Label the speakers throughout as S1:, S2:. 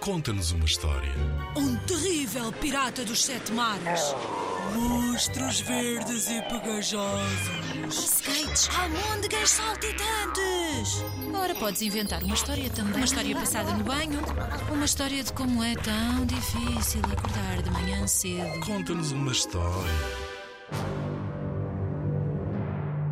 S1: Conta-nos uma história.
S2: Um terrível pirata dos sete mares. Monstros verdes e pegajosos.
S3: Skates, almôndegas saltitantes.
S4: Ora, podes inventar uma história também. Uma história passada no banho. Uma história de como é tão difícil acordar de manhã cedo.
S1: Conta-nos uma história.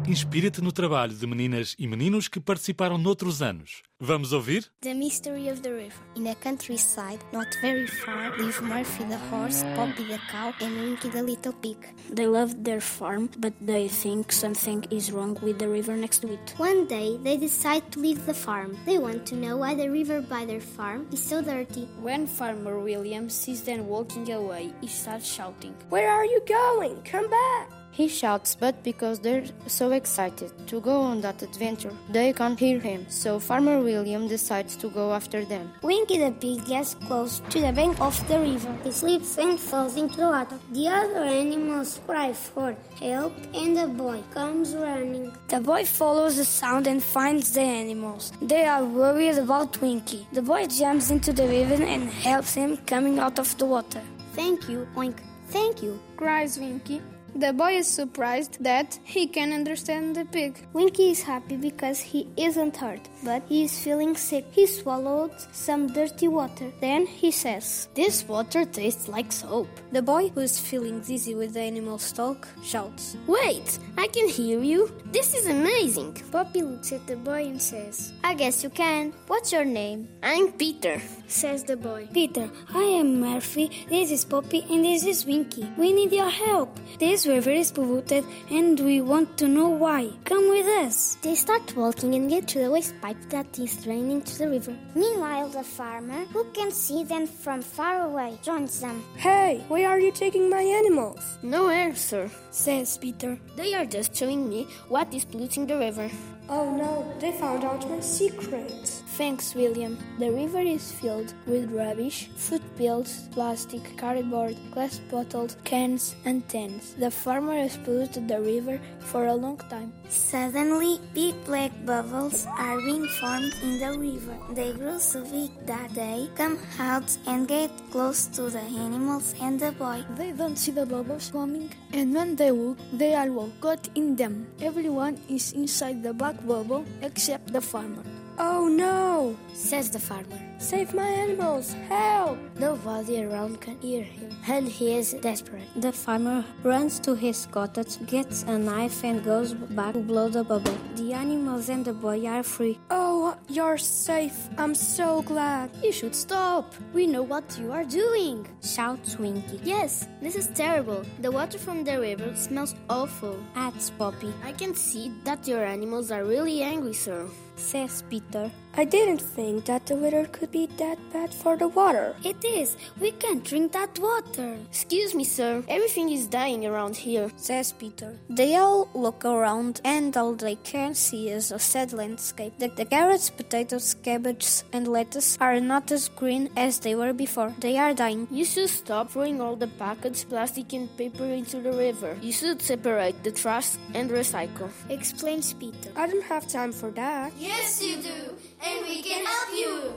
S5: Inspira-te no trabalho de meninas e meninos que participaram noutros anos. Vamos ouvir?
S6: The Mystery of the River. In a countryside, not very far, live Murphy the horse, Poppy the cow, and Winky the little pig.
S7: They love their farm, but they think something is wrong with the river next to it.
S6: One day, they decide to leave the farm. They want to know why the river by their farm is so dirty.
S7: When Farmer William sees them walking away, he starts shouting.
S8: Where are you going? Come back!
S9: He shouts, but because they're so excited to go on that adventure, they can't hear him, so Farmer William decides to go after them.
S6: Winky the pig gets close to the bank of the river. He slips and falls into the water. The other animals cry for help, and the boy comes running.
S8: The boy follows the sound and finds the animals. They are worried about Winky. The boy jumps into the river and helps him coming out of the water.
S6: Thank you, Oink. Thank you.
S10: cries Winky. The boy is surprised that he can understand the pig.
S6: Winky is happy because he isn't hurt, but he is feeling sick. He swallowed some dirty water. Then he says,
S7: This water tastes like soap.
S8: The boy, who is feeling dizzy with the animal's talk, shouts, Wait, I can hear you. This is amazing.
S6: Poppy looks at the boy and says, I guess you can. What's your name?
S8: I'm Peter.
S6: says the boy.
S8: Peter, I am Murphy. This is Poppy and this is Winky. We need your help. This river is polluted and we want to know why. Come with us.
S6: They start walking and get to the waste pipe that is draining to the river. Meanwhile, the farmer, who can see them from far away, joins them.
S8: Hey, why are you taking my animals?
S7: No answer.
S8: says Peter.
S7: They are just telling me what is polluting the river.
S8: Oh no, they found out my secret.
S7: Thanks, William. The river is filled with rubbish, food pills, plastic, cardboard, glass bottles, cans, and tents. The farmer has polluted the river for a long time.
S6: Suddenly, big black bubbles are being formed in the river. They grow so big that they come out and get close to the animals and the boy.
S7: They don't see the bubbles coming, and when they look, they are all caught in them. Everyone is inside the black bubble except the farmer.
S8: Oh no,
S7: Says the farmer.
S8: save my animals, help!
S6: Nobody around can hear him, and he is desperate. The farmer runs to his cottage, gets a knife, and goes back to blow the bubble. The animals and the boy are free.
S8: Oh, you're safe. I'm so glad.
S7: You should stop. We know what you are doing.
S6: Shouts Winky.
S7: Yes, this is terrible. The water from the river smells awful.
S6: Adds Poppy.
S7: I can see that your animals are really angry, sir.
S6: Says Peter.
S8: I didn't think that the river could be that bad for the water.
S6: It is. We can't drink that water.
S7: Excuse me, sir. Everything is dying around here.
S8: Says Peter. They all look around, and all they can see is a sad landscape. The, the carrots, potatoes, cabbage, and lettuce are not as green as they were before. They are dying.
S7: You should stop throwing all the packets, plastic, and paper into the river. You should separate the trash and recycle.
S6: Explains Peter.
S8: I don't have time for that.
S3: Yes, you do, and we can help you.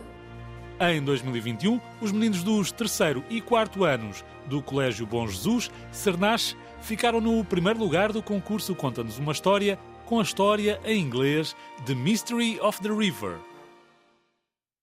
S5: Em 2021, os meninos dos 3 e 4 anos do Colégio Bom Jesus, Cernache, ficaram no primeiro lugar do concurso Conta-nos uma História, com a história em inglês The Mystery of the River.